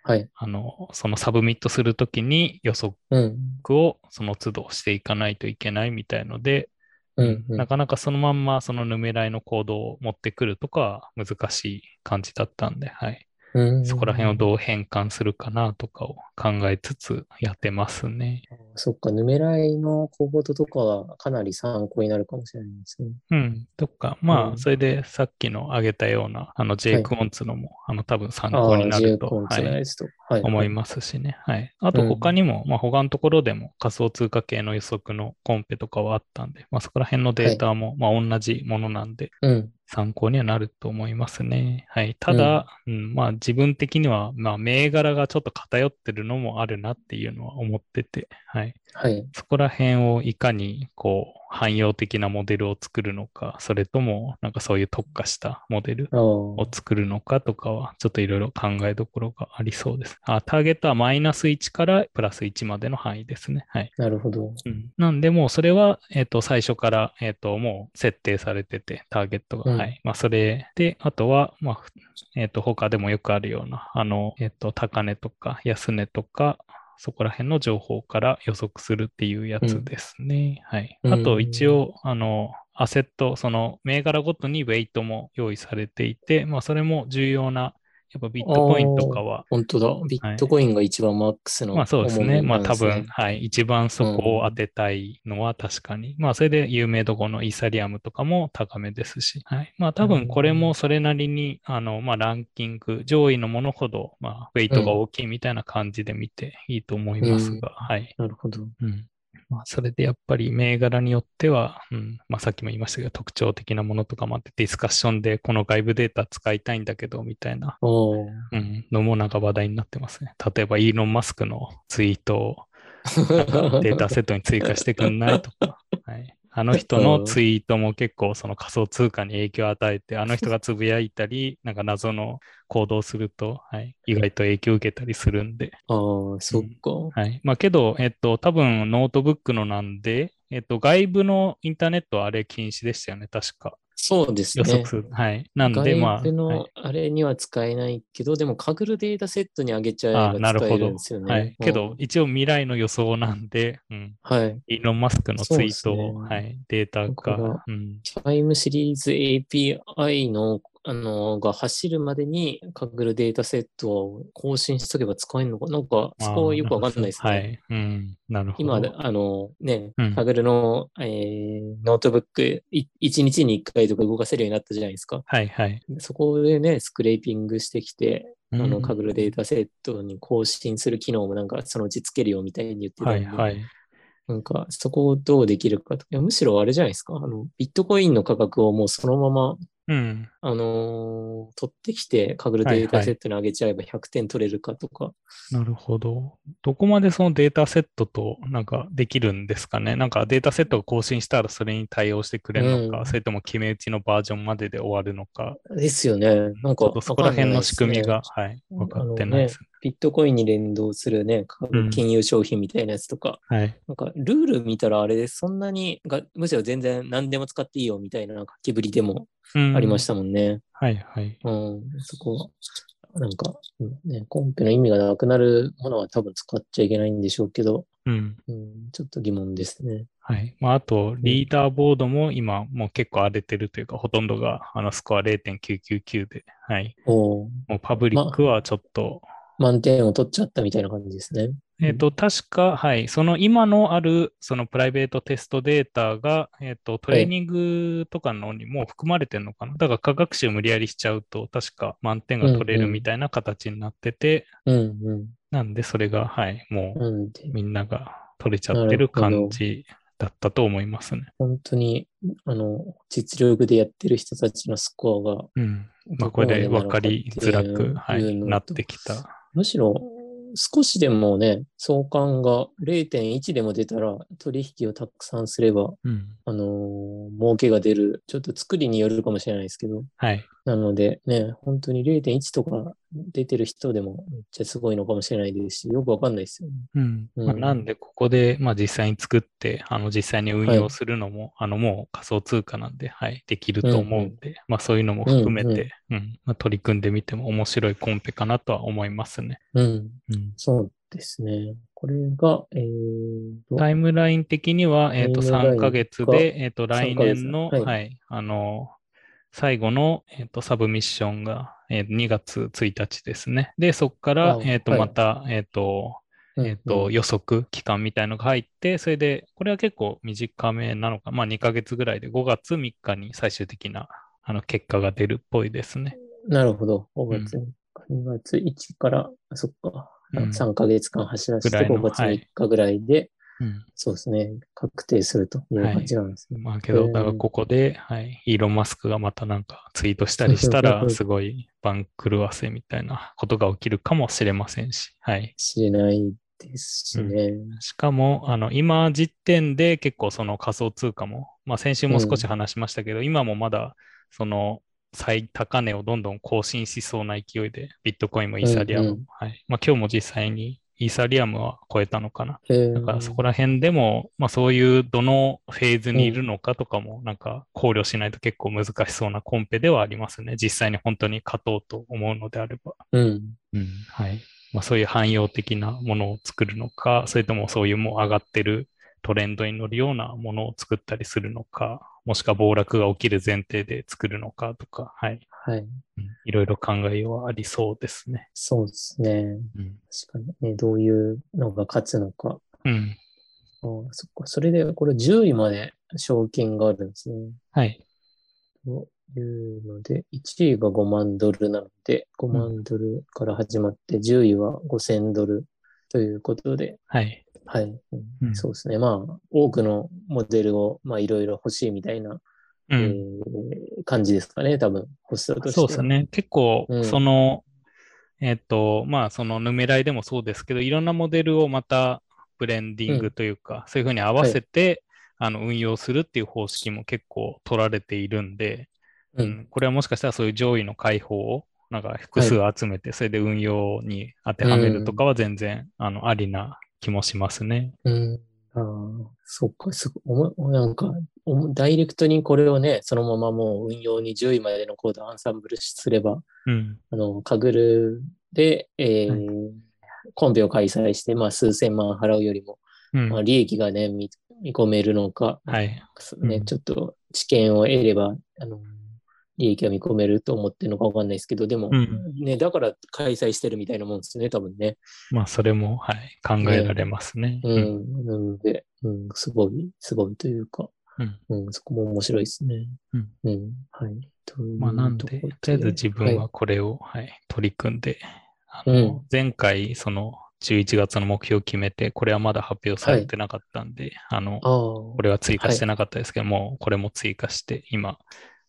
Speaker 1: はい。
Speaker 2: あのそのサブミットするときに予測
Speaker 1: うん。
Speaker 2: をその都度していかないといけないみたいので、
Speaker 1: うんうん。
Speaker 2: なかなかそのまんまそのヌメライの行動を持ってくるとかは難しい感じだったんで、はい、
Speaker 1: うん
Speaker 2: そこら辺をどう変換するかなとかを考えつつやってますね。
Speaker 1: そっか、ヌメライのコードとかはかなり参考になるかもしれないですね。
Speaker 2: うん、とか、ま
Speaker 1: う
Speaker 2: あ、
Speaker 1: ん
Speaker 2: それでさっきの挙げたような、あの J クオンツのも、あの多分参
Speaker 1: あ
Speaker 2: 考
Speaker 1: あ
Speaker 2: にな
Speaker 1: 自由
Speaker 2: ると、
Speaker 1: コン
Speaker 2: は
Speaker 1: ツの
Speaker 2: い
Speaker 1: やつとか。はい。
Speaker 2: 思いますしね。はい。あと
Speaker 1: うん
Speaker 2: 他にも、まあ他のところでも仮想通貨系の予測のコンペとかはあったんで、まあそこら辺のデータも、まあ同じものなんで
Speaker 1: うん。
Speaker 2: 参考にはなると思いますね。はい。ただ、うんまあ自分的には、まあ銘柄がちょっと偏ってるのもあるなっていうのは思ってて、はい。
Speaker 1: はい。
Speaker 2: そこら辺をいかにこう汎用的なモデルを作るのか、それともなんかそういう特化したモデル
Speaker 1: あ
Speaker 2: を作るのかとかは、ちょっといろいろ考えどころがありそうです。あターゲットはマイナス1からプラス1までの範囲ですね。はい。
Speaker 1: あ、なるほど。
Speaker 2: うん、なんで、もうそれは、えっ、と、最初から、えっ、と、もう設定されてて、ターゲットが。
Speaker 1: うん
Speaker 2: はい。まあ、それで、あとは、まあ、ふえっ、と、他でもよくあるような、あの、えっ、と、高値とか安値とか、そこら辺の情報から予測するっていうやつですね。はい。
Speaker 1: うん
Speaker 2: あと、一応、あの、アセット、その、銘柄ごとにウェイトも用意されていて、まあ、それも重要な、やっぱビットコインとかは、
Speaker 1: 本当だ。ビットコインが一番マックスの
Speaker 2: まあそうですね。
Speaker 1: 重み
Speaker 2: ま
Speaker 1: なん
Speaker 2: あ多
Speaker 1: ですね
Speaker 2: 分、はい。一番そこを当てたいのは確かに。まあそれで有名どころのイーサリアムとかも高めですし。はい。まあ多分これもそれなりに、あの、まあランキング、上位のものほど、まあウェイトが大きいみたいな感じで見ていいと思いますが、はい。
Speaker 1: なるほど。
Speaker 2: うん。まあ、それでやっぱり銘柄によっては、うんまあ、さっきも言いましたけど、特徴的なものとかもあって、ディスカッションでこの外部データ使いたいんだけど、みたいな、
Speaker 1: おー
Speaker 2: うん、のもなんか話題になってますね。例えば、イーロン・マスクのツイートをなんか データセットに追加してくんないとか、はい、あの人のツイートも結構その仮想通貨に影響を与えて、あの人がつぶやいたり、 なんか謎の行動をすると、はい、意外と影響を受けたりするんで、
Speaker 1: あー、そっか。
Speaker 2: はい。まあけど、えっと、多分ノートブックのなんで、えっと、外部のインターネットはあれ禁止でしたよね、確か。
Speaker 1: そうです
Speaker 2: 予測
Speaker 1: ね。
Speaker 2: する。はい。なんで、ま
Speaker 1: 外
Speaker 2: あ、
Speaker 1: 部
Speaker 2: はい
Speaker 1: のあれには使えないけど、でも、カグルデータセットに上げちゃえ
Speaker 2: あ
Speaker 1: ば
Speaker 2: ーなる
Speaker 1: 使
Speaker 2: ほ
Speaker 1: え
Speaker 2: ど
Speaker 1: るんですよね。
Speaker 2: はい、けど
Speaker 1: うん、
Speaker 2: 一応未来の予想なんで、うん、
Speaker 1: はい。
Speaker 2: イーロン・マスクのツイートを、
Speaker 1: そうですね
Speaker 2: はい、データ
Speaker 1: だか
Speaker 2: が
Speaker 1: ら、
Speaker 2: うん、
Speaker 1: チャイムシリーズ API の、あの、が走るまでに、カグルデータセットを更新しとけば使えるのか、なんか、そこはよくわかんないですね。
Speaker 2: あーるほどはい。うん、なるほど。
Speaker 1: 今、あのね
Speaker 2: うん、
Speaker 1: カグルの、えーノートブックい、1日に1回とか動かせるようになったじゃないですか。
Speaker 2: はいはい。
Speaker 1: そこでね、スクレーピングしてきて、あ
Speaker 2: う
Speaker 1: の、
Speaker 2: ん
Speaker 1: カグルデータセットに更新する機能もなんか、そのうちつけるよみたいに言ってたん
Speaker 2: は
Speaker 1: で、
Speaker 2: いはい。
Speaker 1: なんか、そこをどうできるかと。いやむしろあれじゃないですか。あの、ビットコインの価格をもうそのまま、
Speaker 2: うん。
Speaker 1: あのー取ってきて、カグルデータセットに上げちゃえば100点取れるかとか。
Speaker 2: なるほど。どこまでそのデータセットとなんかできるんですかねなんかデータセットを更新したらそれに対応してくれるのか、
Speaker 1: うん
Speaker 2: それとも決め打ちのバージョンまでで終わるのか、
Speaker 1: ですよね。なん
Speaker 2: ちょ
Speaker 1: か
Speaker 2: っとそこら辺の仕組み
Speaker 1: わかんないですね
Speaker 2: が、はい、分かってないですね。
Speaker 1: ビットコインに連動するね、か
Speaker 2: うん
Speaker 1: 金融商品みたいなやつとか、
Speaker 2: はい。
Speaker 1: なんかルール見たらあれです、そんなにが、むしろ全然何でも使っていいよみたいな書きぶりでも
Speaker 2: うん
Speaker 1: ありましたもんね。
Speaker 2: はいはい。
Speaker 1: うん、そこは、なんか、うんね、コンペの意味がなくなるものは多分使っちゃいけないんでしょうけど、
Speaker 2: うん。
Speaker 1: うん、ちょっと疑問ですね。
Speaker 2: はい。まあ、あと、リーダーボードも今、もう結構荒れてるというか、ほとんどが、あの、スコア0.999で、はい。
Speaker 1: おー
Speaker 2: もうパブリックはちょっと、
Speaker 1: 満点を取っちゃったみたいな感じですね。
Speaker 2: えっと、確か、はい、その今のある、そのプライベートテストデータが、えっと、トレーニングとかのにもう含まれてるのかなだから、科学習無理やりしちゃうと、確か満点が取れ
Speaker 1: うん
Speaker 2: る
Speaker 1: うん
Speaker 2: みたいな形になってて、
Speaker 1: うん、うん、
Speaker 2: なんで、それが、はい、もう、
Speaker 1: なんで、
Speaker 2: みんなが取れちゃってる感じだったと思いますね。
Speaker 1: 本当に、あの、実力でやってる人たちのスコアが
Speaker 2: うん。まあ、これで分かりづらく、はい、なってきた。
Speaker 1: むしろ少しでもね、相関が0.1でも出たら取引をたくさんすれば、
Speaker 2: うん。
Speaker 1: あのー儲けが出る。ちょっと作りによるかもしれないですけど。
Speaker 2: はい。
Speaker 1: なのでね、本当に0.1とか出てる人でもめっちゃすごいのかもしれないですし、よくわかんないですよね。
Speaker 2: うん
Speaker 1: うん
Speaker 2: まあ、なんで、ここで、まあ、実際に作って、あの実際に運
Speaker 1: は
Speaker 2: 用
Speaker 1: い
Speaker 2: するのも、あのもう仮想通貨なんで、はい、できると思うんで、まあ、そういうのも
Speaker 1: うんうん
Speaker 2: 含めて、うんまあ、取り組んでみても面白いコンペかなとは思いますね。
Speaker 1: うん、
Speaker 2: うん、
Speaker 1: そうですね。これが、えーと、
Speaker 2: タイムライン的には、えっと
Speaker 1: タイムライン
Speaker 2: 3ヶ月で、えっと来
Speaker 1: 3ヶ月
Speaker 2: 年の、
Speaker 1: はい
Speaker 2: はい、あの最後の、えっとサブミッションが、えー2月1日ですね。で、そこから
Speaker 1: あ、
Speaker 2: えっと
Speaker 1: はい
Speaker 2: また、えっと
Speaker 1: うん
Speaker 2: えっと、
Speaker 1: うん
Speaker 2: 予測期間みたいのが入って、それで、これは結構短めなのか、まあ2ヶ月ぐらいで5月3日に最終的なあの結果が出るっぽいですね。
Speaker 1: なるほど。5月に、2月1から、あそっか、
Speaker 2: うん
Speaker 1: 3ヶ月間走らせて
Speaker 2: ぐらいの
Speaker 1: 5月
Speaker 2: はい
Speaker 1: 3日ぐらいで、そうですね。確定するという
Speaker 2: はい
Speaker 1: 感じなんですね。
Speaker 2: まあけど、だからここで、はい、イーロン・マスクがまたなんかツイートした りしたら、すごい番狂わせみたいなことが起きるかもしれませんし、はい。
Speaker 1: 知れないですしね。
Speaker 2: しかも、あの、今時点で結構その仮想通貨も、まあ先週も少し話しましたけど、今もまだその最高値をどんどん更新しそうな勢いで、ビットコインもイーサリアムも、
Speaker 1: うんう
Speaker 2: はい。まあ今日も実際にイーサリアムは超えたのかな。
Speaker 1: えー
Speaker 2: だからそこら辺でも、まあそういうどのフェーズにいるのかとかも、なんか考慮しないと結構難しそうなコンペではありますね。実際に本当に勝とうと思うのであれば。
Speaker 1: うん。
Speaker 2: うん、はい。まあ、そういう汎用的なものを作るのか、それともそういうもう上がってるトレンドに乗るようなものを作ったりするのか、もしくは暴落が起きる前提で作るのかとか、はい。
Speaker 1: はい。
Speaker 2: うんいろいろ考えようはありそうですね。
Speaker 1: そうですね。
Speaker 2: うん。
Speaker 1: 確かにね。どういうのが勝つのか。
Speaker 2: うん、
Speaker 1: あーそっか。それで、これ10位まで賞金があるんですね。
Speaker 2: はい。
Speaker 1: というので、1位が5万ドルなので、5万ドルから始まって、10位は5000ドルということで、
Speaker 2: はい。
Speaker 1: はい。うん
Speaker 2: うん
Speaker 1: そうですね。まあ、多くのモデルを、まあ、いろいろ欲しいみたいな、
Speaker 2: う
Speaker 1: え
Speaker 2: ん。
Speaker 1: ー感じですかね、多分、発想として
Speaker 2: そう
Speaker 1: は。
Speaker 2: ですね。結構
Speaker 1: う、ん
Speaker 2: その、えっと、まあ、そのヌメライでもそうですけど、いろんなモデルをまたブレンディングというか、そういうふうに合わせて、あの運用するっていう方式も結構取られているんで、
Speaker 1: う。
Speaker 2: うんん、これはもしかしたらそういう上位の解放をなんか複数集めて、それで運用に当てはめるとかは全然、あのありな気もしますね。
Speaker 1: うん。ああ、そっか、すごいおも、なんか、おもダイレクトにこれをね、そのままもう運用に10位までのコードアンサンブルすれば、
Speaker 2: うん。
Speaker 1: あの、カグルで、えー
Speaker 2: はい
Speaker 1: コンペを開催して、まあ、数千万払うよりも、
Speaker 2: うん
Speaker 1: まあ、利益がね、見見込めるのか、
Speaker 2: はい。
Speaker 1: ね、
Speaker 2: うん
Speaker 1: ちょっと知見を得れば、あの、利益が見込めると思ってるのかわかんないですけど、でも、
Speaker 2: うん
Speaker 1: ね、だから開催してるみたいなもんですね、多分ね。
Speaker 2: まあ、それも、はい、考えられますね。
Speaker 1: う。ん。なので、うん、すごい、すごいというか、
Speaker 2: うん
Speaker 1: うん、そこも面白いですね。
Speaker 2: うん。
Speaker 1: うん、はい。という
Speaker 2: まあ、なんで、
Speaker 1: と
Speaker 2: と
Speaker 1: こ
Speaker 2: りあえず自分
Speaker 1: は
Speaker 2: はこれを、はい、取り組んで、あの、
Speaker 1: うん
Speaker 2: 前回、その、11月の目標を決めて、これはまだ発表されてなかったんで、あ
Speaker 1: あ
Speaker 2: の、
Speaker 1: あ、
Speaker 2: これは追加してなかったですけども、これも追加して、今、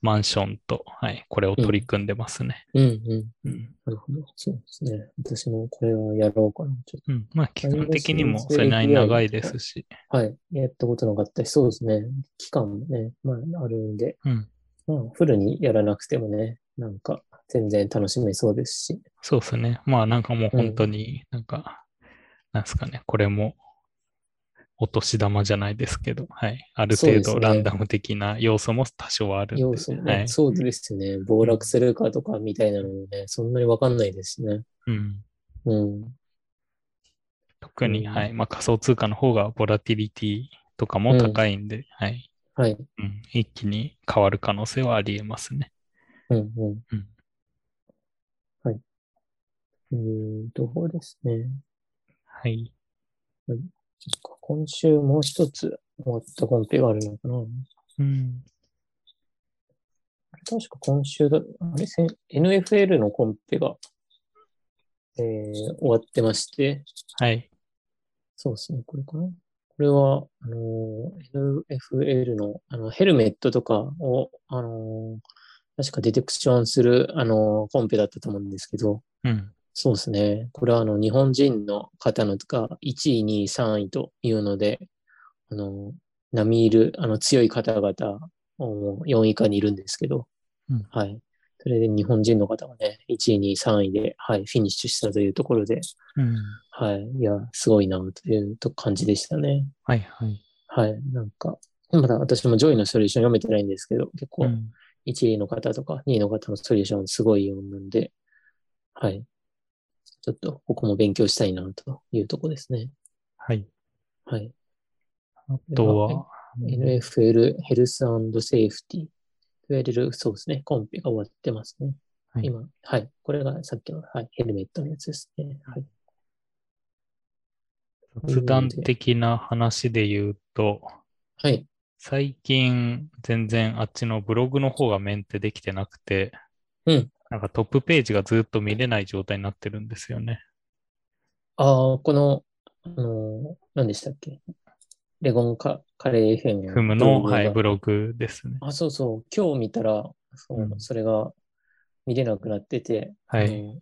Speaker 2: マンションと、はい、これを取り組んでますね。
Speaker 1: うん、うん。
Speaker 2: うん。
Speaker 1: なるほど。そうですね。私もこれはやろうかな。ちょっ
Speaker 2: うんまあ、期間的にも
Speaker 1: タイムレス
Speaker 2: それなりに長いですし、
Speaker 1: と、はい。やったことなかったし、そうですね。期間もね、まあ、あるんで、
Speaker 2: うん。
Speaker 1: まあ、フルにやらなくてもね、なんか、全然楽しめそうですし。
Speaker 2: そうですね。まあ、なんかもう
Speaker 1: うん
Speaker 2: 本当になんか、なんですかね、これも、お年玉じゃないですけど、はい。ある
Speaker 1: そう
Speaker 2: 程
Speaker 1: です
Speaker 2: 度
Speaker 1: ね
Speaker 2: ランダム的な要素も多少はあるんで。
Speaker 1: 要素ね、
Speaker 2: はい。
Speaker 1: そうですよね。暴落するかとかみたいなのもね、そんなにわかんないですしね。
Speaker 2: うん。
Speaker 1: うん。
Speaker 2: 特に、
Speaker 1: うん
Speaker 2: はい。まあ、仮想通貨の方がボラティリティとかも高いんで、はい。
Speaker 1: はい。
Speaker 2: うん。一気に変わる可能性はありえますね。
Speaker 1: うんうん。
Speaker 2: うん
Speaker 1: はい。うーん、どうですね。
Speaker 2: はい。
Speaker 1: そっか今週もう一つ終わったコンペがあるのかな。
Speaker 2: うん。
Speaker 1: 確か今週だ、あれ、せん NFL のコンペが、えー、終わってまして、
Speaker 2: はい。
Speaker 1: そうですね、これかな。これは、あのー NFL のあのヘルメットとかを、あのー確かディテクションする、あのーコンペだったと思うんですけど、
Speaker 2: うん。
Speaker 1: そうですね。これはあの日本人の方のが1位、2位、3位というので、あの、並みいるあの強い方々を4位以下にいるんですけど、
Speaker 2: うん
Speaker 1: はい。それで日本人の方がね、1位、2位、3位で、はい、フィニッシュしたというところで、
Speaker 2: うん。
Speaker 1: はい。いや、すごいなというと感じでしたね。
Speaker 2: はいはい。
Speaker 1: はい。なんか、まだ私も上位のソリューション読めてないんですけど、結構、
Speaker 2: うん
Speaker 1: 1位の方とか2位の方のソリューションすごいようなんで、はい。ちょっとここも勉強したいなというとこですね。
Speaker 2: はい。
Speaker 1: はい。
Speaker 2: あとは、
Speaker 1: NFL ヘルスセーフティといわれる、そうですね、コンペが終わってますね。
Speaker 2: はい
Speaker 1: 今、はい。これがさっきの、はい、ヘルメットのやつですね。はい。
Speaker 2: 雑談的な話で言うと、
Speaker 1: はい。
Speaker 2: 最近全然あっちのブログの方がメンテできてなくて、
Speaker 1: うん
Speaker 2: なんかトップページがずっと見れない状態になってるんですよね。
Speaker 1: ああ、この、あのー何でしたっけレゴンカカレーフェム
Speaker 2: フム
Speaker 1: ブロ
Speaker 2: の、
Speaker 1: グが
Speaker 2: はい、ブログですね。
Speaker 1: あ、そうそう。今日見たら、そう
Speaker 2: うん
Speaker 1: それが見れなくなってて、
Speaker 2: はい
Speaker 1: あの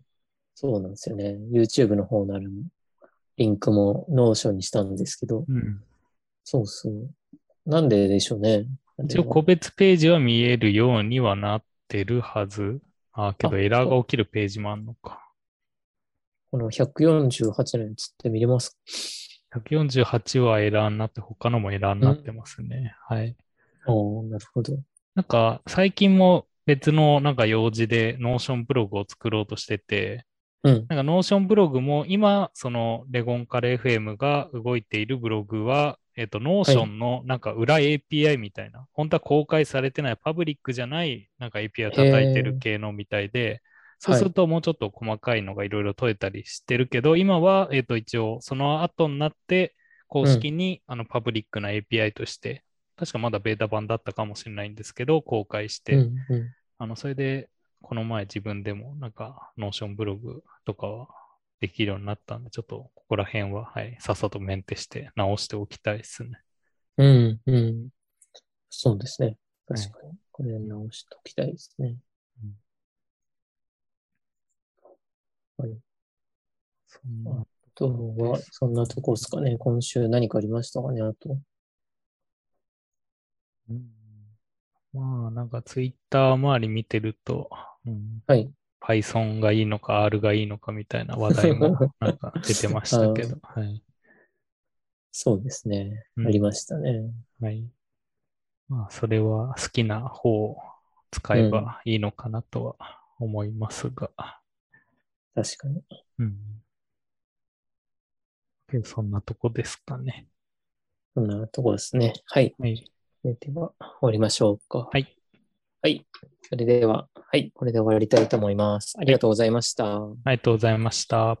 Speaker 1: そうなんですよね。YouTube の方のあるリンクもノーションにしたんですけど、
Speaker 2: うん、
Speaker 1: そうそう。なんででしょうね。
Speaker 2: 一応個別ページは見えるようにはなってるはず。あー、けど
Speaker 1: あ
Speaker 2: エラーが起きるページもあるのか。
Speaker 1: この148のやつって見れますか
Speaker 2: 148はエラーになって、他のもエラーになってますね。はい。
Speaker 1: ああ、なるほど。
Speaker 2: なんか、最近も別のなんか用事でノーションブログを作ろうとしてて、
Speaker 1: うん。
Speaker 2: なんかノーションブログも今、そのレゴンカレー FM が動いているブログは、えっと、ノーションのなんか裏 API みたいな、本当は公開されてないパブリックじゃないなんか API を叩いてる系のみたいで、そうするともうちょっと細かいのがいろいろ解いたりしてるけど、今は、えっと、一応その後になって、公式にあのパブリックな API として、確かまだベータ版だったかもしれないんですけど、公開して、
Speaker 1: うんう
Speaker 2: あの、それで、この前自分でも、なんか、ノーションブログとかは、できるようになったんで、ちょっとここら辺は、はい、さっさとメンテして直しておきたいですね。
Speaker 1: うん、うん。そうですね。確かに。これ直しときたいですね。
Speaker 2: そんな
Speaker 1: あとは、そんなとこですかね。今週何かありましたかね、あと。
Speaker 2: うんまあ、なんかツイッター周り見てると、うん、
Speaker 1: はい。
Speaker 2: Python がいいのか R がいいのかみたいな話題もなんか出てまし たけど、はい。
Speaker 1: そうですね。
Speaker 2: うん
Speaker 1: ありましたね。
Speaker 2: はい。まあ、それは好きな方を使えばいいのかなとは思いますが、
Speaker 1: 確かに。
Speaker 2: うん。けどそんなとこですかね。
Speaker 1: そんなとこですね。はい。
Speaker 2: はい。
Speaker 1: では、終わりましょうか。
Speaker 2: はい。
Speaker 1: はい。それでは、はい。これで終わりたいと思います。ありがとうございました。
Speaker 2: ありがとうございました。